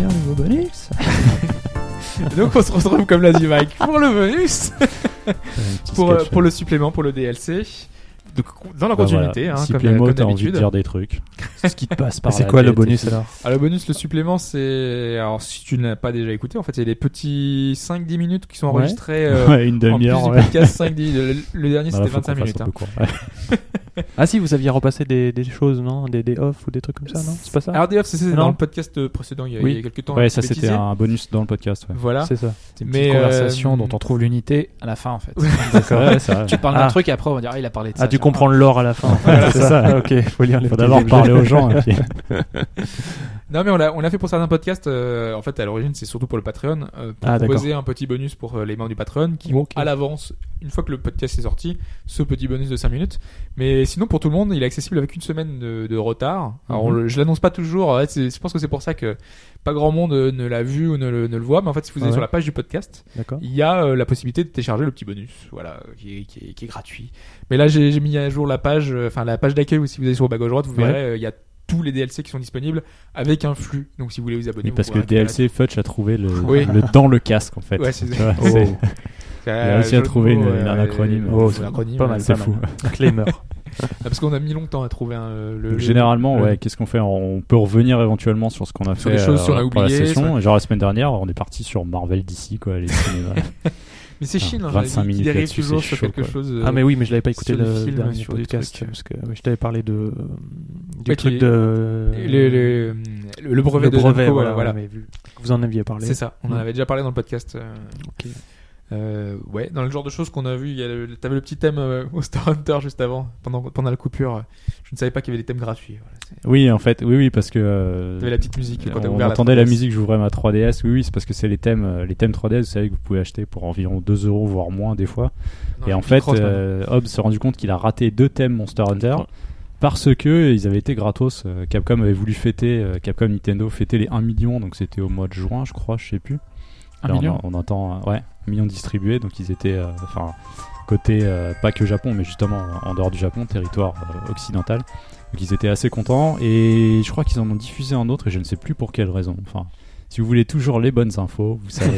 nouveau bonus. Donc on se retrouve comme l'a dit Mike pour le bonus, pour, euh, sketch, pour le supplément, pour le DLC. Donc, dans la Bah voilà. continuité, hein, Si comme, Playmo, comme t'as envie d'habitude. de dire des trucs. Ce qui te passe par C'est la quoi le tête et bonus, tout. alors Ah, le bonus, le supplément, c'est. Alors, si tu ne l'as pas déjà écouté, en fait, il y a des petits 5-10 minutes qui sont Ouais. enregistrés. euh, Ouais, une en plus demi-heure. du ouais. podcast, 5-10. Le, le dernier, Voilà, c'était faut 25 qu'on fasse minutes. un hein. peu court. Ouais. Ah si, vous aviez repassé des, des choses, non des, des offs ou des trucs comme ça, non C'est pas ça Alors, d'ailleurs, c'est c'est Non. dans le podcast précédent, il y a, Oui. il y a quelques temps. Ouais, on ça avait c'était teasé. un bonus dans le podcast. Ouais. Voilà. C'est ça. C'est une Mais, petite conversation euh, dont on trouve l'unité à la fin en fait. D'accord. Ouais, c'est vrai. Tu parles Ah. d'un truc et après on va dire ah il a parlé de ça. Ah, tu tiens. comprends l'or à la fin. en fait. Voilà, c'est ça. Ah, Ok, faut lire les Faut d'abord petits parler objets. aux hein. gens. et puis- Non, mais on l'a on l'a fait pour certains podcasts. euh, en fait, à l'origine, c'est surtout pour le Patreon. euh, pour Ah, proposer un petit bonus pour euh, les membres du Patreon qui, Ok. à l'avance, une fois que le podcast est sorti, ce petit bonus de 5 minutes. Mais sinon, pour tout le monde, il est accessible avec une semaine de, de retard. Alors, on Mhm. le- je l'annonce pas toujours. ouais, c'est- je pense que c'est pour ça que pas grand monde euh, ne l'a vu ou ne le, ne le voit. Mais en fait, si vous Ah allez ouais. sur la page du podcast, D'accord. il y a euh, la possibilité de télécharger le petit bonus, voilà, euh, qui est, qui est- qui est gratuit. Mais là, j'ai j'ai mis à jour la page, euh, enfin la page d'accueil. ou Si vous allez sur le bas gauche droite, vous Ouais. verrez, euh, il y a tous les DLC qui sont disponibles avec un flux. Donc, si vous voulez vous abonner, Oui, vous parce que pourrez le DLC, Futch a trouvé le, Oui. le dans le casque en fait. Ouais, c'est- Tu vois, Oh. Euh, c'est- Il a réussi à trouver une- un anacronyme. Oh, c'est pas mal. c'est fou. Claimer. Parce qu'on a mis longtemps à trouver un. euh, Le, Donc, le- généralement, le- ouais, qu'est-ce qu'on fait On peut revenir éventuellement sur ce qu'on a Sur fait euh, les choses, sur la pour la oubliée, session. Genre la semaine dernière, on est parti sur Marvel d'ici, quoi, les cinémas. Mais c'est Chine, hein, 25 il- il minutes dérive là-dessus, toujours c'est sur chaud, quelque quoi. chose. euh, Ah mais oui, mais je l'avais pas écouté sur des le films, dernier sur des podcast trucs. euh. parce que ouais, je t'avais parlé de euh, du Ouais, truc qui- de le, le, le- le brevet le de brevet, Namco, voilà, euh, voilà. on avait vu. Vous en aviez parlé. C'est ça, on en Mm. avait déjà parlé dans le podcast. euh, Ok. euh, ouais, dans le genre de choses qu'on a vu, il y a le- t'avais le petit thème euh, au Star Hunter juste avant, pendant, pendant la coupure. euh, Je ne savais pas qu'il y avait des thèmes gratuits. Voilà, c'est- oui, en fait, oui, oui, parce que. euh, T'avais la petite musique quand t'as on ouvert la entendait la, 3DS. musique, j'ouvrais ma 3DS. Oui, oui, c'est parce que c'est les thèmes, euh, les thèmes 3DS, vous savez que vous pouvez acheter pour environ 2 euros, voire moins des fois. Non, Et le en fait, Picross, maintenant. euh, Hobbs s'est rendu compte qu'il a raté deux thèmes Monster Hunter parce que ils avaient été gratos. Euh, Capcom avait voulu fêter, euh, Capcom Nintendo fêter les 1 million, donc c'était au mois de juin, je crois, je sais plus. Un Là, on- million. on, entend, euh, ouais, 1 million distribués, donc ils étaient, euh, enfin, côté, euh, pas que Japon, mais justement en dehors du Japon, territoire euh, occidental. Donc ils étaient assez contents et je crois qu'ils en ont diffusé un autre et je ne sais plus pour quelle raison. Enfin, si vous voulez toujours les bonnes infos, vous savez.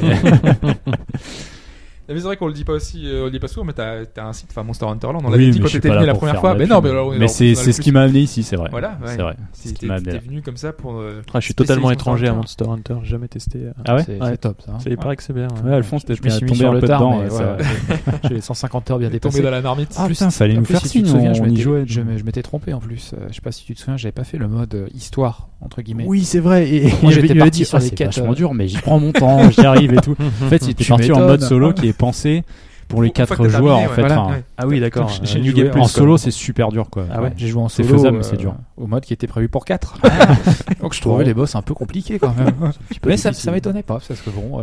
Ah, mais C'est vrai qu'on le dit pas aussi, euh, on le dit pas souvent, mais t'as t'as un site, enfin Monster Hunterland, on Oui, l'avait dit mais quand je suis t'étais pas venu là la pour première faire fois. ma Mais non, pub. mais alors, on est Mais dans- on c'est est dans c'est le ce plus. qui m'a amené ici, c'est vrai. Voilà, ouais. C'est vrai. C'est T'es ce qui m'a amené t'es là. venu comme ça pour. euh, Ah, je suis totalement Spécialiste étranger à hein. Monster Monster Hunter, j'ai jamais testé. euh, Ah ouais C'est Ouais. c'est top ça. hein. C'est il paraît que c'est bien. ouais. Ouais, Alphonse, t'es Je me suis mis tombé sur un le peu tard, dedans. mais ouais, c'est ouais. vrai. j'ai les 150 heures bien T'es tombé dépassées. dans la marmite. Ah putain, fallait En nous plus, faire si tu signe, te souviens, je on y m'étais- jouait. Je me- je m'étais trompé en plus. Euh, Je sais pas si tu te souviens, j'avais pas fait le mode euh, histoire entre guillemets. Oui, c'est vrai. Et et Moi, il j'étais avait- il avait parti dit, sur Ah, les c'est quêtes, vachement euh. dur, mais j'y prends mon temps, j'y arrive et tout. En fait, il était Tu parti en mode m'étonnes. solo qui est pensé pour les Faut- faut quatre que t'aies joueurs, terminé, en ouais. fait. Voilà, Enfin, ouais. Ah oui, d'accord. J'ai New joué Game Plus, en en solo. solo, c'est super dur, quoi. Ah ouais, j'ai joué en C'est solo. faisable, mais c'est euh, dur. Au mode qui était prévu pour 4. Donc je trouvais les boss un peu compliqués quand même. Mais ça, ça m'étonnait pas, parce que bon. euh,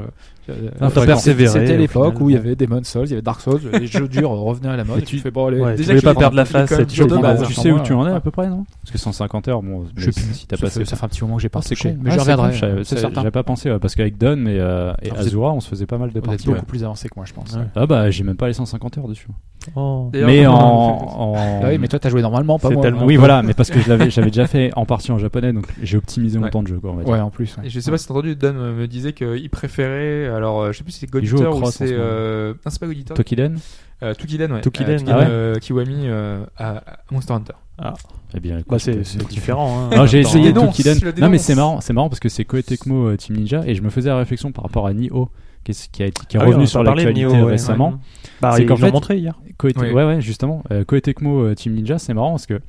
euh, Ah, faut euh, persévérer, C'était au l'époque final. où il y avait Demon's Souls, il y avait Dark Souls, les jeux durs revenaient à la mode. Mais et tu- tu fais bon, allez, Ouais, Déjà tu voulais que pas les- perdre la les codes face, c'est durs toujours de des base. base. Tu sais où moi, tu en es ouais. à peu près, non Parce que 150 heures, bon, Je mais sais plus. si t'as ça, passé. fait, ça fait un petit moment que j'ai pas Ah, c'est touché, con. mais Ah, je c'est reviendrai. euh, con, je savais- c'est ça, certain. J'avais pas pensé, ouais, parce qu'avec Don et, euh, et Ah, vous êtes- Azura, on se faisait pas mal de Vous êtes parties. ouais. beaucoup plus avancé que moi, je pense. Ouais. Ah bah, j'ai même pas les 150 heures dessus. Oh. D'ailleurs, Mais on- en. Ah en- oui, mais toi, t'as joué normalement, pas C'est moi. hein. tellement- Oui, voilà, mais parce que je l'avais- j'avais déjà fait en partie en japonais, donc j'ai optimisé mon Ouais. temps de jeu, quoi, on va dire. Ouais, en plus. ouais. Et je sais pas si t'as entendu, Dan me disait qu'il préférait. Alors, euh, je sais plus si c'est God Il joue au Eater ou cross en c'est. ce moment. euh, Non, c'est pas God Eater. Tokiden Euh, Tukiden, ouais. Tukiden, Euh, ah ouais. euh, Kiwami euh, à à Monster Hunter. Eh bien, Bah écoute, c'est euh, c'est différent. hein. Non, j'ai Attends, essayé hein. dénonce, Tokiden. je le Non, mais dénonce. c'est marrant, c'est marrant parce que c'est Koei Tecmo euh, Team Ninja et je me faisais la réflexion par rapport à Nioh qui est, qui a été- qui est Ah oui, on revenu en sur parlait, l'actualité Nioh, ouais, récemment. ouais. Bah, C'est ils qu'en l'ont fait- montré hier. Koei Te- Oui. ouais, ouais, justement. Euh, Koei Tecmo euh, Team Ninja, c'est marrant parce que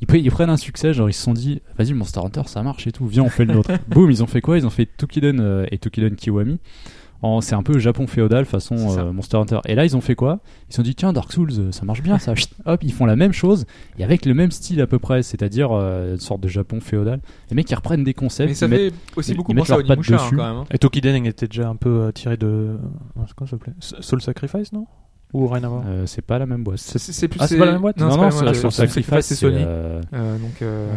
ils, pre- ils prennent un succès, genre ils se sont dit, vas-y, Monster Hunter, ça marche et tout, viens, on fait le nôtre. Boum, ils ont fait quoi Ils ont fait Tokiden euh, et Tokiden Kiwami. En- C'est un peu Japon féodal C'est façon ça. euh, Monster Hunter. Et là, ils ont fait quoi Ils se sont dit, tiens, Dark Souls, euh, ça marche bien, ça. Chut, Hop, ils font la même chose et avec le même style à peu près, c'est-à-dire euh, une sorte de Japon féodal. Les mecs, ils reprennent des concepts. Mais ça ils mettent- fait aussi ils beaucoup mettent penser à leurs pattes Onimusha hein, dessus. quand même. hein. Et Tokiden il était déjà un peu euh, tiré de euh, comment ça s'appelait S- Soul Sacrifice non Ou rien à voir. Euh, c'est pas la même boîte. C'est c'est plus. Ah, c'est pas la même boîte Non, c'est pas la même boîte. sur C'est Sacrifice, c'est Sony. euh, Euh, Donc, euh,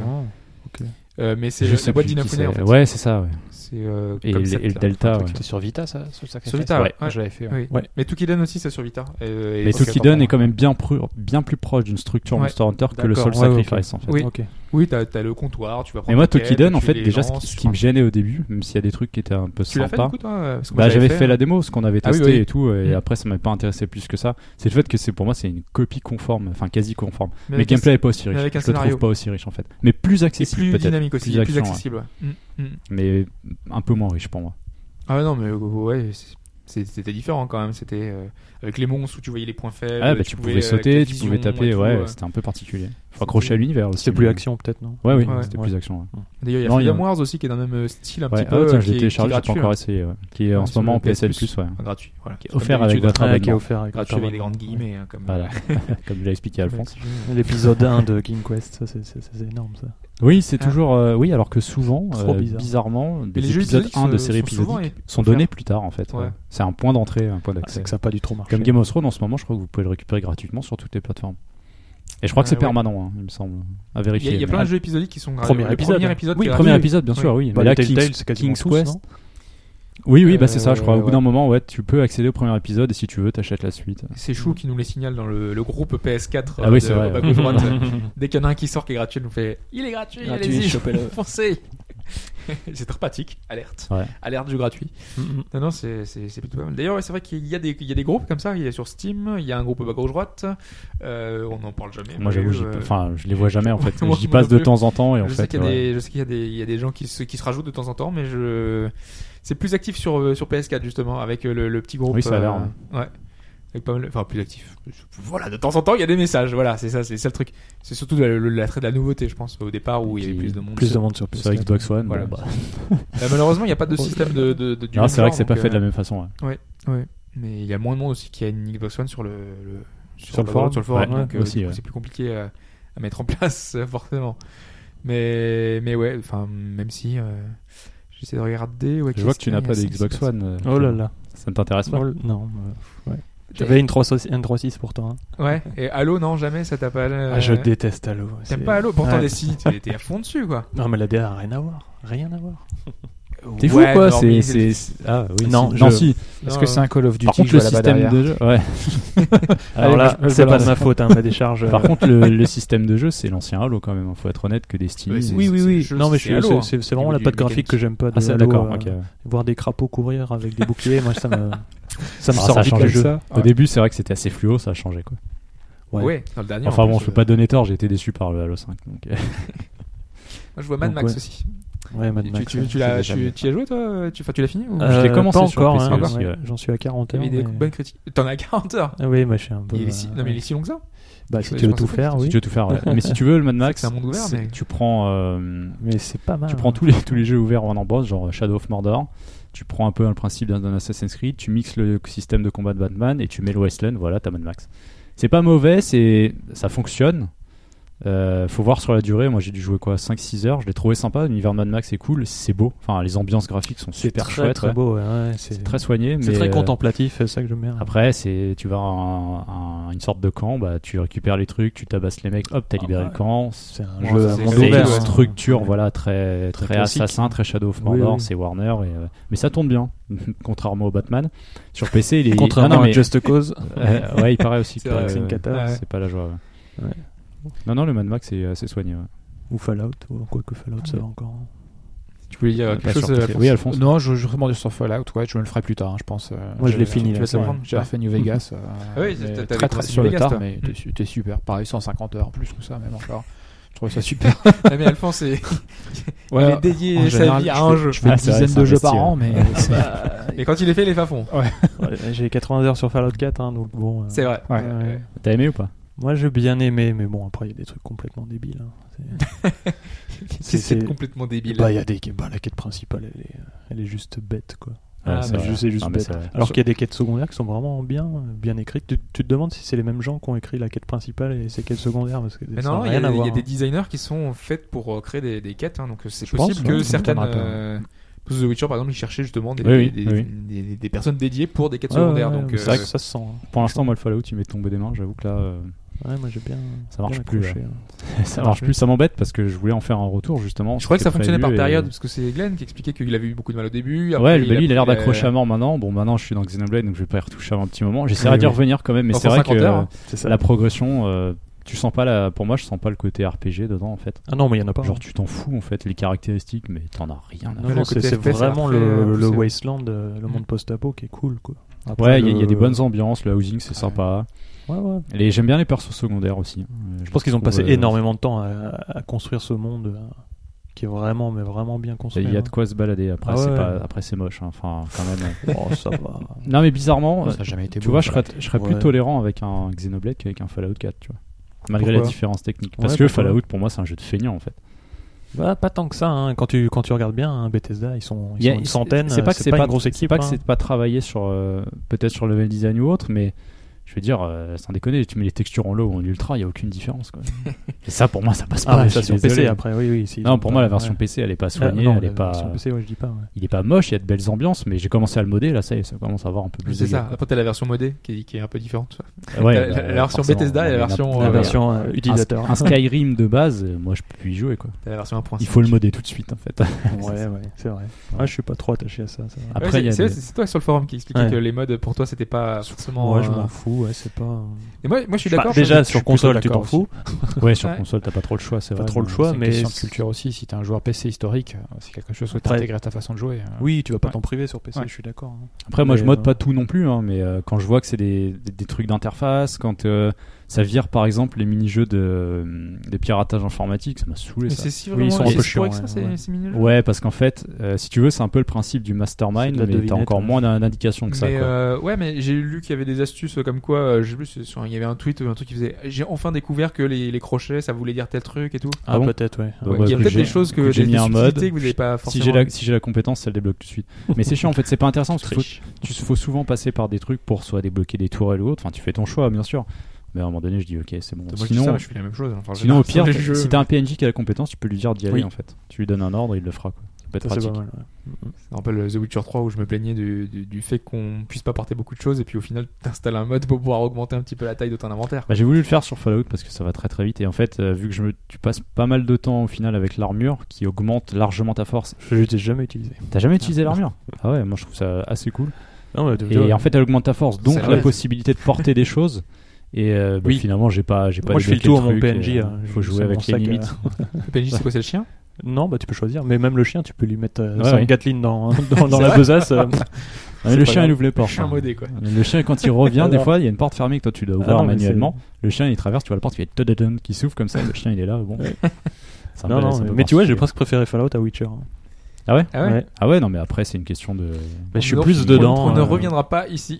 Ah. euh, mais c'est je sais la boîte plus qui d'Inafune en c'est. fait. Ouais, c'est ça. ouais. C'est, euh, Et, comme le- ça, et le là. Delta. ouais. C'était sur Vita, ça, ce sacrifice Sur Vita, ouais. Moi, je l'avais fait. ouais. Oui. Ouais. Mais Tukiden aussi, c'est sur Vita. Euh, et- Mais ok, Tokiden autant est pour quand même bien, pru- bien plus proche d'une structure Ouais. Monster Hunter que le D'accord, Soul ouais, ouais, Sacrifice en fait. Oui. Ok. Oui, t'as as le comptoir, tu vas prendre. Mais moi, tes quêtes, Tokiden, en tu fait, les déjà, ce lances, qui, ce tu qui me prends- gênait au début, même s'il y a des trucs qui étaient un peu Tu l'as fait sympas. du coup, toi euh, parce que moi, Bah, j'avais fait, euh, la démo, ce qu'on avait Ah oui, testé oui. et tout, et Mm. après ça m'avait pas intéressé plus que ça. C'est le fait que c'est pour moi c'est une copie conforme, enfin quasi conforme. mais Mais le avec un- gameplay est pas aussi riche. avec un je le trouve scénario. pas aussi riche en fait. Mais plus c'est accessible plus peut-être. dynamique aussi, plus plus, d'action, ouais. accessible. ouais. Mm, mm. Mais un peu moins riche pour moi. Ah ouais, non, mais euh, ouais, c'est- c'est- c'était différent quand même. C'était euh, avec les monstres où tu voyais les points faibles. Ah, bah, tu, pouvais euh, sauter, avec ta tu pouvais vision et taper, tout, ouais, euh. c'était un peu particulier. Faut accrocher à l'univers aussi. C'était plus mais- action, peut-être, non Ouais, oui, Ouais. c'était Ouais. plus action. ouais. D'ailleurs, il y a Non, il y a- Freedom Wars aussi qui est dans le même euh, style un Ouais, petit ah ouais, peu. tiens, euh, je l'ai qui est- téléchargé, qui est j'ai pas gratuit, encore hein. essayé. ouais. Qui est Ouais, en sur ce moment le en PSL PS+, Plus, ouais. Gratuit, voilà. Qui est Comme offert avec d'habitude, votre hein. Ah, qui est abonnement. offert avec Gratuit votre avec des grandes abonnement. guillemets, hein, comme. Voilà, comme je l'ai expliqué à Alphonse. L'épisode 1 de King Quest, ça c'est- c'est c'est énorme ça. Oui, c'est Ah. toujours. euh, oui, alors que souvent, Trop euh, bizarre. bizarrement, des les jeux épisodes épisodiques 1 de se- séries sont souvent épisodiques é- sont offerts. donnés plus tard en fait. Ouais. ouais. C'est un point d'entrée, un point d'accès. c'est que ça n'a pas du tout marché. Comme Game of Thrones en ce moment, je crois que vous pouvez le récupérer gratuitement sur toutes les plateformes. Et je crois que c'est Ouais, ouais. permanent, hein, il me semble. À Il y a- vérifier. il y a mais- plein de Ah, jeux épisodiques qui sont gratuits. Premier Le épisode. Premier épisode. Oui, qui est premier gratuit. épisode, bien sûr, oui. Bah, Mais là, les Telltale, Kings- c'est quasiment King's tous, Quest. non Oui, oui, bah c'est ça. Je Euh, crois. Au bout ouais. d'un moment, ouais, tu peux accéder au premier épisode et si tu veux, t'achètes la suite. C'est Chou qui nous les signale dans le, le groupe PS4. Ah euh, oui, de- c'est vrai. bas gauche droite. Dès qu'il y en a un qui sort qui est gratuit, il nous fait Il est gratuit, Gratuit, allez-y, chopez-le. foncez C'est très pratique, alerte. Ouais. Alerte du gratuit. Non, non, c'est c'est- c'est plutôt pas mal. D'ailleurs, ouais, c'est vrai qu'il y, a des- il y a des groupes comme ça. Il y a sur Steam, il y a un groupe bas gauche droite. Euh, on n'en parle jamais. mais, Moi, j'avoue, j'y- euh, enfin, je les vois jamais en fait. Moi, J'y moi passe non de plus. temps en temps et en je sais fait. qu'il y, a ouais. des- je sais qu'il y a des- il y a des gens qui se, qui se rajoutent de temps en temps, mais je c'est plus actif sur, euh, sur PS4 justement, avec euh, le, le petit groupe. Oui, ça a l'air, euh, ouais. Avec pas mal, enfin plus actif. Voilà, de temps en temps, il y a des messages. Voilà, c'est ça, c'est ça le truc. C'est surtout de la- le- l'attrait de la nouveauté, je pense, au départ où il y avait Qui- plus de monde. Plus de monde sur Sur PS4. Xbox One. Voilà. bon, bah. Euh, malheureusement, il n'y a pas de système de. de, de- du Non, même c'est genre, vrai que c'est pas donc, fait de la euh, même façon. ouais. Mais il y a moins de monde aussi qui a une Xbox One sur le, le- Sur le la- forum. sur le forum. Ouais, donc, euh, aussi, du coup, ouais. c'est plus compliqué à, à mettre en place euh, forcément. Mais mais ouais, enfin même si euh, j'essaie de regarder. ouais, Je vois qu'est-ce que tu qu'il y n'as a, pas ça, de qu'est-ce qui Xbox se One. euh, Oh là là. Ça ne t'intéresse pas Oh l- Non, euh, ouais. J'avais une 306, une 306 pourtant. hein. passe Ouais. Et Halo non jamais ça t'a pas. euh, Ah, je déteste Halo. c'est- T'aimes pas Halo Pourtant Ouais. Destiny t'es t'es à fond dessus quoi. Non, mais la DA a rien à voir. Rien à voir. T'es fou Ouais, quoi non, c'est, mais c'est, c'est- Ah oui, Non, si. je- non, si. Est-ce Non, que c'est un Call of Duty Par contre, que le je vois là-bas système derrière de jeu. Ouais. Alors là, je- je c'est pas balance. de ma faute, hein, ma décharge. Par euh, contre, le, le système de jeu, c'est l'ancien Halo quand même. hein, Faut être honnête que Destiny. Ouais, c'est- Oui, oui, le oui. jeu, Non, mais je suis- c'est Halo, hein. c'est c'est Au vraiment la niveau patte du graphique que j'aime pas. De Ah, ça, Halo, d'accord. euh, ok. Voir des crapauds courir avec des boucliers, moi ça me, ça me Ah, sort ça a vite changé le le jeu. jeu. Au début, c'est vrai que c'était assez fluo, ça a changé quoi. euh, Ouais. Ouais. Dans le dernier. en Enfin bon, plus, je peux euh, pas donner tort, j'ai été déçu par le Halo 5. Donc, euh, Moi je vois Mad Donc, Max ouais. aussi. Ouais, Mad Tu- Max. tu- ouais. Tu l'as, déjà tu bien. tu y as joué toi Tu enfin, tu l'as fini ou Euh, je l'ai commencé pas sur encore, PC hein, aussi, ouais. ouais. J'en suis à 40 T'as heures. mis des mais- bonnes critiques. T'en as 40 heures. Ah Oui, moi je suis un peu. Il est si... euh, Non mais il est si long que ça Bah, si Ouais, tu je veux pensais tout pas faire, si oui. tu veux tout faire. ouais. mais si tu veux, le Mad Max, C'est un monde ouvert, c'est- mais- tu prends, euh, Mais c'est pas mal. tu prends hein. tous les tous les jeux ouverts en Bros, genre Shadow of Mordor. Tu prends un peu le principe d'un- d'un Assassin's Creed, tu mixes le système de combat de Batman et tu mets le Westland. Voilà, t'as Mad Max. C'est pas mauvais, c'est ça fonctionne. Euh, faut voir sur la durée. Moi, j'ai dû jouer quoi 5-6 heures. Je l'ai trouvé sympa. L'univers de Mad Max est cool, c'est beau. Enfin, les ambiances graphiques sont C'est super très, chouettes. Très ouais. beau, ouais, ouais, C'est C'est très soigné, mais c'est très euh, contemplatif, c'est ça que je mets. Après, c'est tu vas à un- un- une sorte de camp, bah, tu récupères les trucs, tu tabasses les mecs, hop, t'as Ah libéré ouais. le camp. C'est un Ouais, jeu à c'est- monde c'est- C'est ouvert. une hein. structure, voilà, très, Très très, classique. assassin, très Shadow of Oui, Mordor, oui. c'est Warner, et, euh, mais ça tourne bien, contrairement au Batman. Sur PC, il est Contrairement non, non, à mais- Just Cause, euh, ouais, il paraît aussi C'est que vrai, euh, c'est c'est une cata. ouais. pas la joie. ouais. Ouais. Non, non, le Mad Max est assez soigné. ouais. ou Fallout, ou quoique Fallout, ça va encore. Tu voulais dire quelque Pas chose sur PC. Alphonse Oui, Alphonse. Non, je, je recommande sur Fallout, ouais, je me le ferai plus tard, hein, je pense. euh, Moi, je l'ai j'ai- fini, Tu là, vas c'est te vrai. prendre J'ai refait New Vegas. euh, Ah oui, mais t'as- t'avais très, très commencé sur New le Vegas, toi. tard, mais Mm. t'es su- t'es super. Pareil, 150 heures en plus, tout ça, même encore. Je trouvais ça super. Ah, mais Alphonse est, Ouais, il est dédié en sa général, vie à je un fais- jeu. Je fais une Ah, c'est vrai, dizaine c'est de jeux par investi, an, mais c'est- Et quand il est fait, il est à fond. Ouais, J'ai 80 heures sur Fallout 4, hein, donc bon. euh, C'est vrai. Ouais. ouais. T'as aimé ou pas Moi, j'ai bien aimé, mais bon, après, il y a des trucs complètement débiles. hein. C'est- C'est, C'est- c'est c'est- complètement débile. Bah, il y a des... bah, la quête principale, elle est, elle est juste bête, quoi. Ah, Ouais, mais je vrai. sais juste Non, mais bête. c'est vrai. Alors qu'il y a des quêtes secondaires qui sont vraiment bien, bien écrites. Tu, tu te demandes si c'est les mêmes gens qui ont écrit la quête principale et ces quêtes secondaires, parce que Mais ça n'a non, il y, rien a- à il y voir. hein. a des designers qui sont faits pour euh, créer des, des quêtes, hein, donc c'est Je possible pense, que ouais, certaines. ça me rappelle. euh, parce que The Witcher, par exemple, ils cherchaient justement des, Oui, oui, des, oui. des- des- des personnes dédiées pour des quêtes Ouais, ouais, secondaires. ouais, donc, mais euh, c'est vrai que ça se sent. hein. Pour l'instant, moi, le Fallout, il m'est tombé des mains. J'avoue que là, euh, Ouais, moi j'ai bien. Ça marche bien plus, accroché, hein. ça marche plus. Ça m'embête parce que je voulais en faire un retour justement. je crois que ça C'était fonctionnait par prévu et- période, parce que c'est Glenn qui expliquait qu'il avait eu beaucoup de mal au début. après, Ouais, bah lui, il a l'air pris, d'accrocher euh, à mort maintenant. Bon, maintenant, je suis dans Xenoblade, donc je vais pas y retoucher avant un petit moment. J'essaierai Oui, d'y oui. revenir quand même, mais Dans c'est vrai euh, 150 que heures, hein. la progression, euh, Tu sens pas la. Pour moi, je sens pas le côté RPG dedans en fait. Ah non, mais il y en a pas. Genre, tu t'en fous en fait, les caractéristiques, mais t'en as rien à Non, Ouais, non, le c'est côté c'est FPS, ça vraiment leur fait, le, euh, le pousser. Wasteland, euh, le monde post-apo qui est cool quoi. Après, Ouais, il y, a- il y a le- des bonnes ambiances, le housing c'est sympa. Ouais, ouais. Et j'aime bien les persos secondaires aussi. Euh, Je pense qu'ils ont trouve, passé euh, énormément de temps à, à construire ce monde euh, qui est vraiment, mais vraiment bien construit. Il y a hein. de quoi se balader. Après, Ah c'est ouais. pas- après, c'est moche. hein. Enfin, quand même. euh. Oh, ça va. non, mais bizarrement, euh, Ça n'a jamais été tu beau, vois, je voilà. serais, je serais plus Ouais. tolérant avec un Xenoblade qu'avec un Fallout 4, tu vois. Malgré la Pourquoi différence technique. Ouais, Parce que pourquoi Fallout, pour moi, c'est un jeu de feignant en fait. Bah, pas tant que ça. hein. Quand, tu, quand tu regardes bien, hein, Bethesda, ils sont, ils Il y a- sont une centaine. C'est pas que c'est pas une grosse équipe. C'est pas que hein. c'est pas travaillé sur euh, peut-être sur le level design ou autre, mais je veux dire, euh, sans déconner, tu mets les textures en low ou en ultra, il y a aucune différence. Quoi. Et ça, pour moi, ça passe Ah, pas. mais je ça suis sur PC désolé. hein. après, oui, oui. si, ils Non, ont pour pas- moi, la version ouais. PC, elle est pas Ah, soignée, non, elle est la pas. version PC, ouais, je dis pas. ouais. Il est pas moche, il y a de belles ambiances, mais j'ai commencé à le modder, là, ça y est, ça commence à avoir un peu plus. C'est de ça. gueule, Après, t'as la version modée qui, qui est un peu différente. quoi. Ouais, la- la- bah, la version forcément, Bethesda et la on a- version, on a- La ouais. version euh, un- utilisateur. Un Skyrim de base, euh, moi, je puis y jouer, quoi. T'as la version 1.5. Il faut le modder tout de suite, en fait. ouais, ouais, c'est vrai. Ouais, je suis pas trop attaché à ça. ça va. Ouais, Après, il y a c'est- des- c'est c'est toi sur le forum qui expliquais Ouais. que les modes pour toi c'était pas Ah. forcément. Moi, je euh, m'en fous. Ouais, c'est pas. Et moi, moi je suis Bah, d'accord. je- déjà je suis sur plutôt console, tu d'accord t'en fous. Ouais, sur Ouais. console, t'as pas trop le choix, c'est Pas vrai. trop le mais- choix, C'est une mais question de c'est- culture aussi. Si t'es un joueur PC historique, euh, c'est quelque chose que Après- t'intègres à ta façon de jouer. euh. Oui, tu vas pas Ouais. t'en priver sur PC. Ouais. Je suis d'accord. hein. Après, moi, Mais, je mode euh, pas tout non plus, hein, mais euh, quand je vois que c'est des, des- des trucs d'interface, quand euh, ça vire par exemple les mini-jeux de, euh, des piratages informatiques, ça m'a saoulé Mais ça. c'est si Oui, vraiment. ils sont un c'est peu historique, chiants, ça, ouais, ouais. c'est c'est mignon. Ouais, parce qu'en fait, euh, si tu veux, c'est un peu le principe du mastermind, C'est de la mais t'as devinette, encore ouais. moins d'in- d'indications que ça. mais quoi. euh, ouais, mais j'ai lu qu'il y avait des astuces euh, comme quoi, euh, je sais plus, c'est sur- il y avait un tweet ou un truc qui faisait j'ai enfin découvert que les, les crochets ça voulait dire tel truc et tout. Ah bon peut-être, ouais. Bah, Ouais. bah, il y a que peut-être j'ai- des choses que, que j'ai des- mis des en mode. subtilités que vous n'avez pas Si forcément. j'ai la, si j'ai la compétence, ça le débloque tout de suite. Mais c'est chiant, en fait, c'est pas intéressant parce qu'il faut, tu- faut souvent passer par des trucs pour soit débloquer des tourelles ou autre. Enfin, tu fais ton choix, bien sûr. Mais à un moment donné, je dis, ok, c'est bon. Moi, je dis ça, Sinon, mais je fais la même chose. Enfin, je- sinon au dans pire, les t- jeux, si t'as un PNJ qui a la compétence, tu peux lui dire d'y aller, Oui. en fait. Tu lui donnes un ordre, il le fera, quoi. Ça peut être Ça, c'est pratique. pas mal. ouais. Ça rappelle The Witcher 3 où je me plaignais du, du, du fait qu'on puisse pas porter beaucoup de choses et puis au final t'installes un mode pour pouvoir augmenter un petit peu la taille de ton inventaire. Bah, j'ai voulu le faire sur Fallout parce que ça va très très vite et en fait euh, vu que je me, tu passes pas mal de temps au final avec l'armure qui augmente largement ta force. Je l'ai jamais utilisé. T'as jamais utilisé l'armure Ah ouais, moi je trouve ça assez cool. Non, mais Et en fait elle augmente ta force donc C'est la vrai. possibilité de porter des choses. Et euh, bah, Oui. finalement j'ai pas j'ai pas. Moi, je fais le débloqué tour à mon truc, PNJ. et, euh, hein. faut Je- jouer c'est mon avec les sac euh, à- limites. Ah, Le PNJ c'est quoi C'est le chien Non, bah tu peux choisir. Mais même le chien, tu peux lui mettre euh, Ouais, cinq ouais. Gatling dans, dans, dans la besace. euh, Ah, mais pas le chien grave. il ouvre les Le portes. chien hein. modé quoi. Le chien quand il revient des Alors. fois il y a une porte fermée que toi tu dois Ah ouvrir non, mais c'est- manuellement. Le chien il traverse tu vois la porte il fait tadadam qui s'ouvre comme ça le chien il est là bon. C'est un Non, peu- non, c'est un mais, peu mais tu vois, j'ai particulier. presque préféré Fallout à Witcher. hein. Ah ouais Ah ouais, ah ouais non mais après c'est une question de Mais je suis Non, plus on- dedans. On ne euh, reviendra pas ici.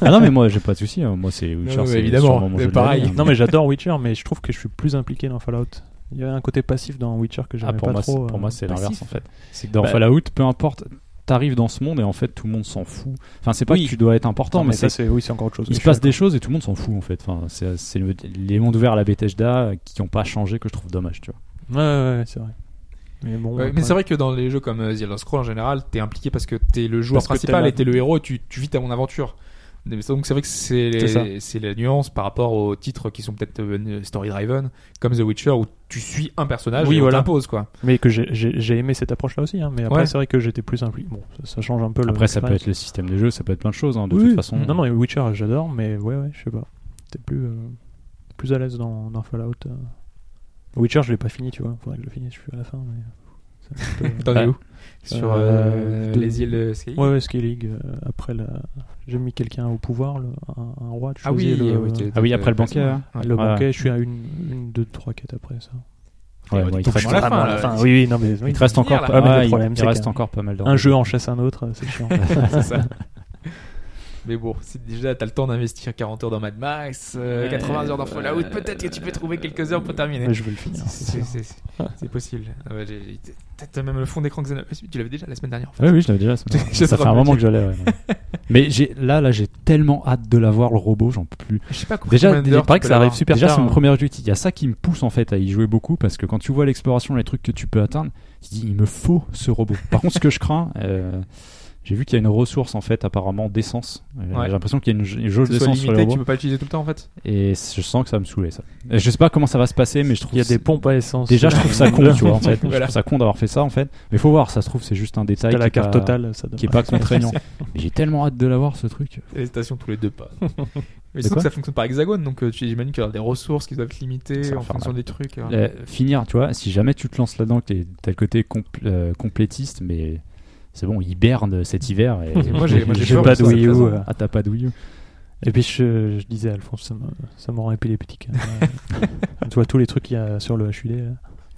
Ah non, mais moi, j'ai pas de soucis. hein. Moi, c'est Witcher, non, mais c'est évidemment, sûrement mon mais jeu de pareil. l'année, hein. Non, mais j'adore Witcher, mais je trouve que je suis plus impliqué dans Fallout. Il y avait un côté passif dans Witcher que Ah, j'aimais pour, pas moi, trop. c'est- pour euh, moi, c'est l'inverse, en passif. fait. C'est que dans Bah- Fallout, peu importe, t'arrives dans ce monde et en fait, tout le monde s'en fout. Enfin, c'est pas Oui. que tu dois être important, Non, mais, mais ça, c'est- c'est oui, c'est encore autre chose. il Je se suis passe d'accord. des choses et tout le monde s'en fout, en fait. Enfin, c'est c'est le- les mondes ouverts à la Bethesda euh, qui ont pas changé que je trouve dommage, tu vois. Ouais, ouais, ouais, c'est vrai. Mais bon. Ouais, après- mais c'est vrai que dans les jeux comme euh, The Elder Scrolls en général, t'es impliqué parce que t'es le joueur Parce que t'es principal là. et t'es le héros et tu, tu vis ta mon aventure. Mais ça, Donc c'est vrai que c'est C'est ça. les- c'est la nuance par rapport aux titres qui sont peut-être euh, story driven comme The Witcher où tu suis un personnage Oui, et voilà. on t'impose quoi. Mais que j'ai j'ai- j'ai aimé cette approche-là aussi. hein, Mais après, Ouais. c'est vrai que j'étais plus impliqué. Bon, ça, ça change un peu le. Après, ça peut l'expérience. être le système de jeu, ça peut être plein de choses, hein, de Oui, toute oui. façon. Non, non, mais Witcher, j'adore, mais ouais, ouais, je sais pas. T'es plus, euh, plus à l'aise dans, dans Fallout. euh. Witcher, je l'ai pas fini, tu vois. Faudrait que je le finisse, je suis à la fin. Mais... c'est un peu, euh, T'en es Ouais. où Sur Euh, euh, de- les îles euh, Sky Ouais, ouais, Sky League. euh, après, la... j'ai mis quelqu'un au pouvoir, le- un, un roi. Tu Ah oui, choisis le, oui, t'es- Ah oui, t'es- après le t'es- banquet, hein. Ouais. le Ouais. banquet. Je suis à une, une deux, trois quêtes après ça. Ouais, Ouais, ouais, il donc te je reste- suis à la Vraiment, fin, à là. fin. Oui, oui, non, mais oui. il te reste encore là. pas- Ah, mais le ouais, il- problème, il c'est reste qu'un- encore pas mal d'heures. Un jeu en chasse un autre, c'est chiant. C'est ça. Mais bon, si déjà t'as le temps d'investir 40 heures dans Mad Max, euh, Euh, 80 heures dans Fallout, peut-être que tu peux trouver quelques heures pour terminer. mais je vais le finir. C'est- C'est c'est- c'est possible. Ah ouais, j'ai- j'ai- t'as- T'as même le fond d'écran Xenoblade. Tu l'avais déjà la semaine dernière. en fait. Oui, oui, je l'avais déjà. c'est marrant. Je ça te fait un moment rappelle. que je l'ai. ouais, ouais. mais j'ai- là, là, j'ai tellement hâte de l'avoir le robot, j'en peux plus. Je sais pas combien Déjà, d'heures il tu paraît que peux ça arrive l'avoir. super Déjà, tard. hein. c'est c'est mon mon premier objectif. Il y a ça qui me pousse en fait à y jouer beaucoup parce que quand tu vois l'exploration, les trucs que tu peux atteindre, tu te dis il me faut ce robot. Par contre, ce que je crains, euh, J'ai vu qu'il y a une ressource en fait apparemment d'essence. Euh, Ouais. J'ai l'impression qu'il y a une, ja- une jauge Que ce soit d'essence sur les limité, tu robots. peux pas l'utiliser tout le temps en fait. Et je sens que ça va me saouler ça. Et je sais pas comment ça va se passer, mais je trouve Il y a que des pompes à essence. euh, Déjà, je trouve ça con, tu vois, en fait. Je Voilà. trouve ça con d'avoir fait ça, en fait. Mais faut voir, ça se trouve, c'est juste un détail T'as qui est la carte pas- totale, ça donne. qui est pas contraignant. Mais J'ai tellement hâte de l'avoir, ce truc. Il y a des stations tous les deux pas. Mais quoi surtout que ça fonctionne par hexagone, donc euh, tu- j'imagine qu'il y aura des ressources qui doivent être C'est limitées en infernal. fonction des trucs. euh. Euh, finir, tu vois, si jamais tu te lances là-dedans, que t'es- t'as le côté compl- euh, complétiste, mais c'est bon, hiberne cet hiver. Et... Moi, j'ai- moi, j'ai J'ai peur pas que de ça Wii U. représente. euh. Ah, t'as pas de Wii U. Et puis je, je disais à Alphonse, ça me, ça me rend épileptique. hein. tu vois tous les trucs qu'il y a sur le HUD.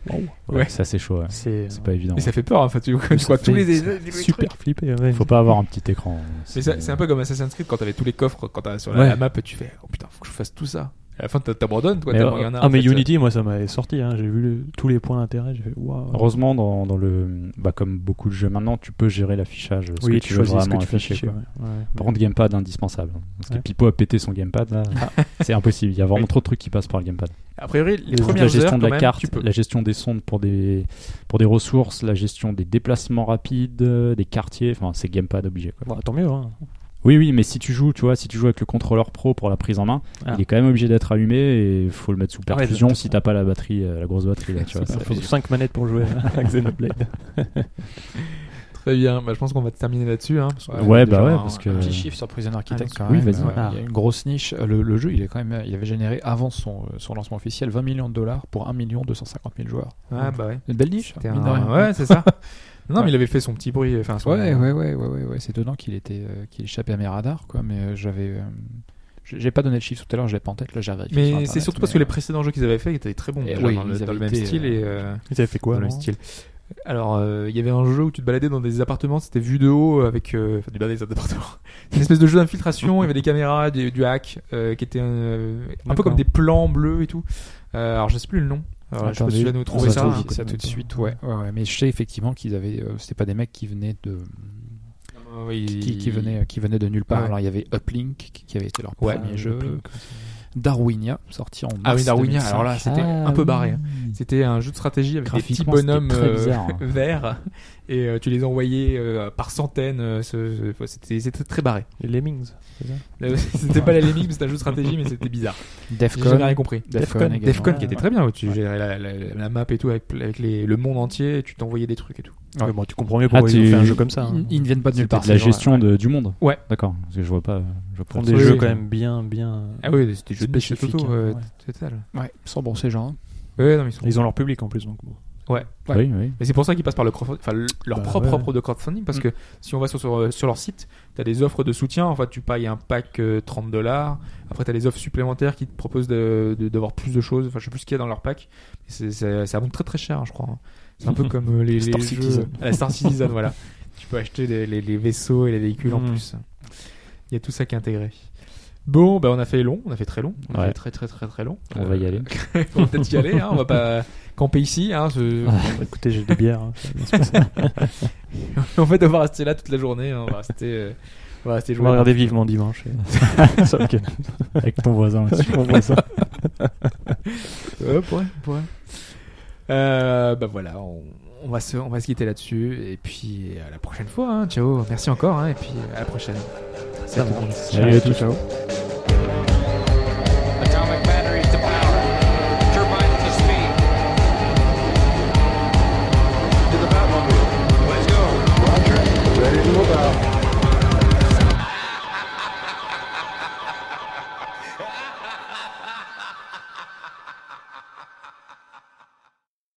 là. Ouais, Ouais. ça, c'est chaud, ouais. euh. C'est C'est pas évident. Et ça fait peur en fait, tu vois, tu Ça vois tous fait les, les- les trucs. super flippé. ouais. Faut pas avoir un petit écran. Mais ça- c'est un peu comme Assassin's Creed quand t'avais tous les coffres quand t'as sur la, Ouais. la map tu fais oh putain faut que je fasse tout ça. Et à la fin t'a- t'abandonnes quoi. Mais, tellement euh, il y en a, Ah en mais fait, Unity, moi ça m'avait sorti. hein. J'ai vu le- tous les points d'intérêt. J'ai fait waouh. Heureusement, dans, dans le, bah, comme beaucoup de jeux maintenant, tu peux gérer l'affichage. ce oui, que tu veux choisis ce que vraiment tu fais afficher, afficher. quoi. ouais. Ouais. Par contre, gamepad indispensable. Parce que Ouais. Pipo a pété son gamepad là. Ah, c'est impossible. Il y a vraiment trop de trucs qui passent par le gamepad. A priori les Donc, premières la gestion heures, de quand la même, carte, tu peux. la gestion des sondes pour des pour des ressources, la gestion des déplacements rapides, euh, des quartiers. Enfin, c'est gamepad obligé. Quoi. Bon, tant mieux. hein. Oui, oui, mais si tu joues, tu vois, si tu joues avec le contrôleur pro pour la prise en main, Ah. il est quand même obligé d'être allumé et faut le mettre sous Ah ouais, perfusion donc, si t'as pas la batterie, euh, la grosse batterie. Là, tu vois, Il c'est- faut 5 manettes pour jouer à Xenoblade. Très bien. Bah, je pense qu'on va terminer là-dessus. Hein, parce qu'on a Ouais, déjà bah ouais, un- parce que- un Petit petit- chiffre sur Prison Architect Ah, quand oui, même. vas-y. Ouais, Ah. Il y a une grosse niche. Le, le jeu, il est quand même, euh, il avait généré avant son, euh, son lancement officiel 20 millions de dollars pour 1 250 000 joueurs. Ouais bah ouais. Une belle niche, C'était mine de un- rien. Ouais c'est ça. Non Ouais. mais il avait fait son petit bruit. euh, Enfin son- Ouais, ouais, ouais, ouais, ouais, ouais. C'est dedans qu'il était, euh, qu'il échappait à mes radars, quoi. Mais euh, j'avais, euh, j'ai j'ai pas donné le chiffre tout à l'heure, je l'ai pas en tête. Là, j'ai vérifié sur Mais Internet, c'est surtout mais, parce que les euh, précédents jeux qu'ils avaient fait étaient très bons. Et déjà, oui, dans le, ils dans le avaient même été, style et. euh, Ils avaient fait quoi dans le avant style. Alors, euh, il y avait un jeu où tu te baladais dans des appartements, c'était vu de haut avec euh, enfin, tu baladais dans des appartements. une espèce de jeu d'infiltration, il y avait des caméras, du, du hack, euh, qui était euh, un peu D'accord. comme des plans bleus et tout. Euh, alors, je sais plus le nom. Alors, je sais pas Attendez, si tu vas nous on trouver va ça. trouver hein. ça tout de suite, ouais, ouais, ouais. Mais je sais effectivement qu'ils avaient, euh, c'était pas des mecs qui venaient de, Euh, oui, qui, qui venaient, qui venaient de nulle part. Ouais. Alors il y avait Uplink qui qui avait été leur Ouais. premier jeu, Darwinia sorti en mars Ah oui, Darwinia, 2005. alors là, c'était un peu barré. hein. C'était un jeu de stratégie avec des petits Graphiquement, c'était bonhommes très euh, bizarre, hein. verts et euh, tu les envoyais euh, par centaines. euh, ce- ce- c'était c'était très barré. Les Lemmings. c'est ça Là, C'était pas la limite, c'était un jeu de stratégie, mais c'était bizarre. J'ai Defcon, jamais rien compris. Defcon, Defcon, également. Defcon qui Ouais. était très bien, où tu gérais la, la- la map et tout avec, avec les, le monde entier, et tu t'envoyais des trucs et tout. Ouais. Mais bon, tu comprends mieux pourquoi Ah, ils ont tu- fait un jeu comme ça. hein. Ils, ils ne viennent pas de nulle C'était part. de la ces gens-là. gestion de- du monde. Ouais. D'accord. Parce que je vois pas. Je vois pas font le des truc. jeux oui. quand même bien, bien. Ah oui, c'était jeux jeux de de biche biche Spécifique, auto, hein, euh, ouais. total. Ouais, sans bon ces gens. hein. Ouais, non, mais ils sont- Ils ont leur public en plus, donc bon. Ouais. Oui, oui. Mais c'est pour ça qu'ils passent par le crowdfunding, enfin, le- leur Bah, propre ouais. offre de crowdfunding, parce que si on va sur, euh, sur, sur leur site, t'as des offres de soutien, en fait, tu payes un pack euh, 30 dollars, après t'as des offres supplémentaires qui te proposent d'avoir de, d'avoir plus de choses, enfin, je sais plus ce qu'il y a dans leur pack, C'est- c'est- ça monte très très cher, hein, je crois. hein. C'est un peu comme euh, les, les Star jeux- Citizen. la Star Citizen, voilà. Tu peux acheter les, les- les vaisseaux et les véhicules en Mm. plus. Il y a tout ça qui est intégré. Bon, ben on a fait long, on a fait très long, on a Ouais. fait très très très très long. On va y aller. on va peut-être y aller, hein, on va pas camper ici. Hein, ce- Bah, écoutez, j'ai des bières. hein, ça va bien se passer. en fait, on va rester là toute la journée. hein, On va rester, euh, on va rester Je vais jouer. regarder vivement dimanche. et- Sur le canal. Avec ton voisin. là-dessus. Ouais, pourrait, pourrait. Euh, bah voilà, on, on va se, on va se quitter là-dessus. Et puis à la prochaine fois. hein, ciao, merci encore. hein, et puis à la prochaine. Ça Salut. marche. Salut à tous. Ciao.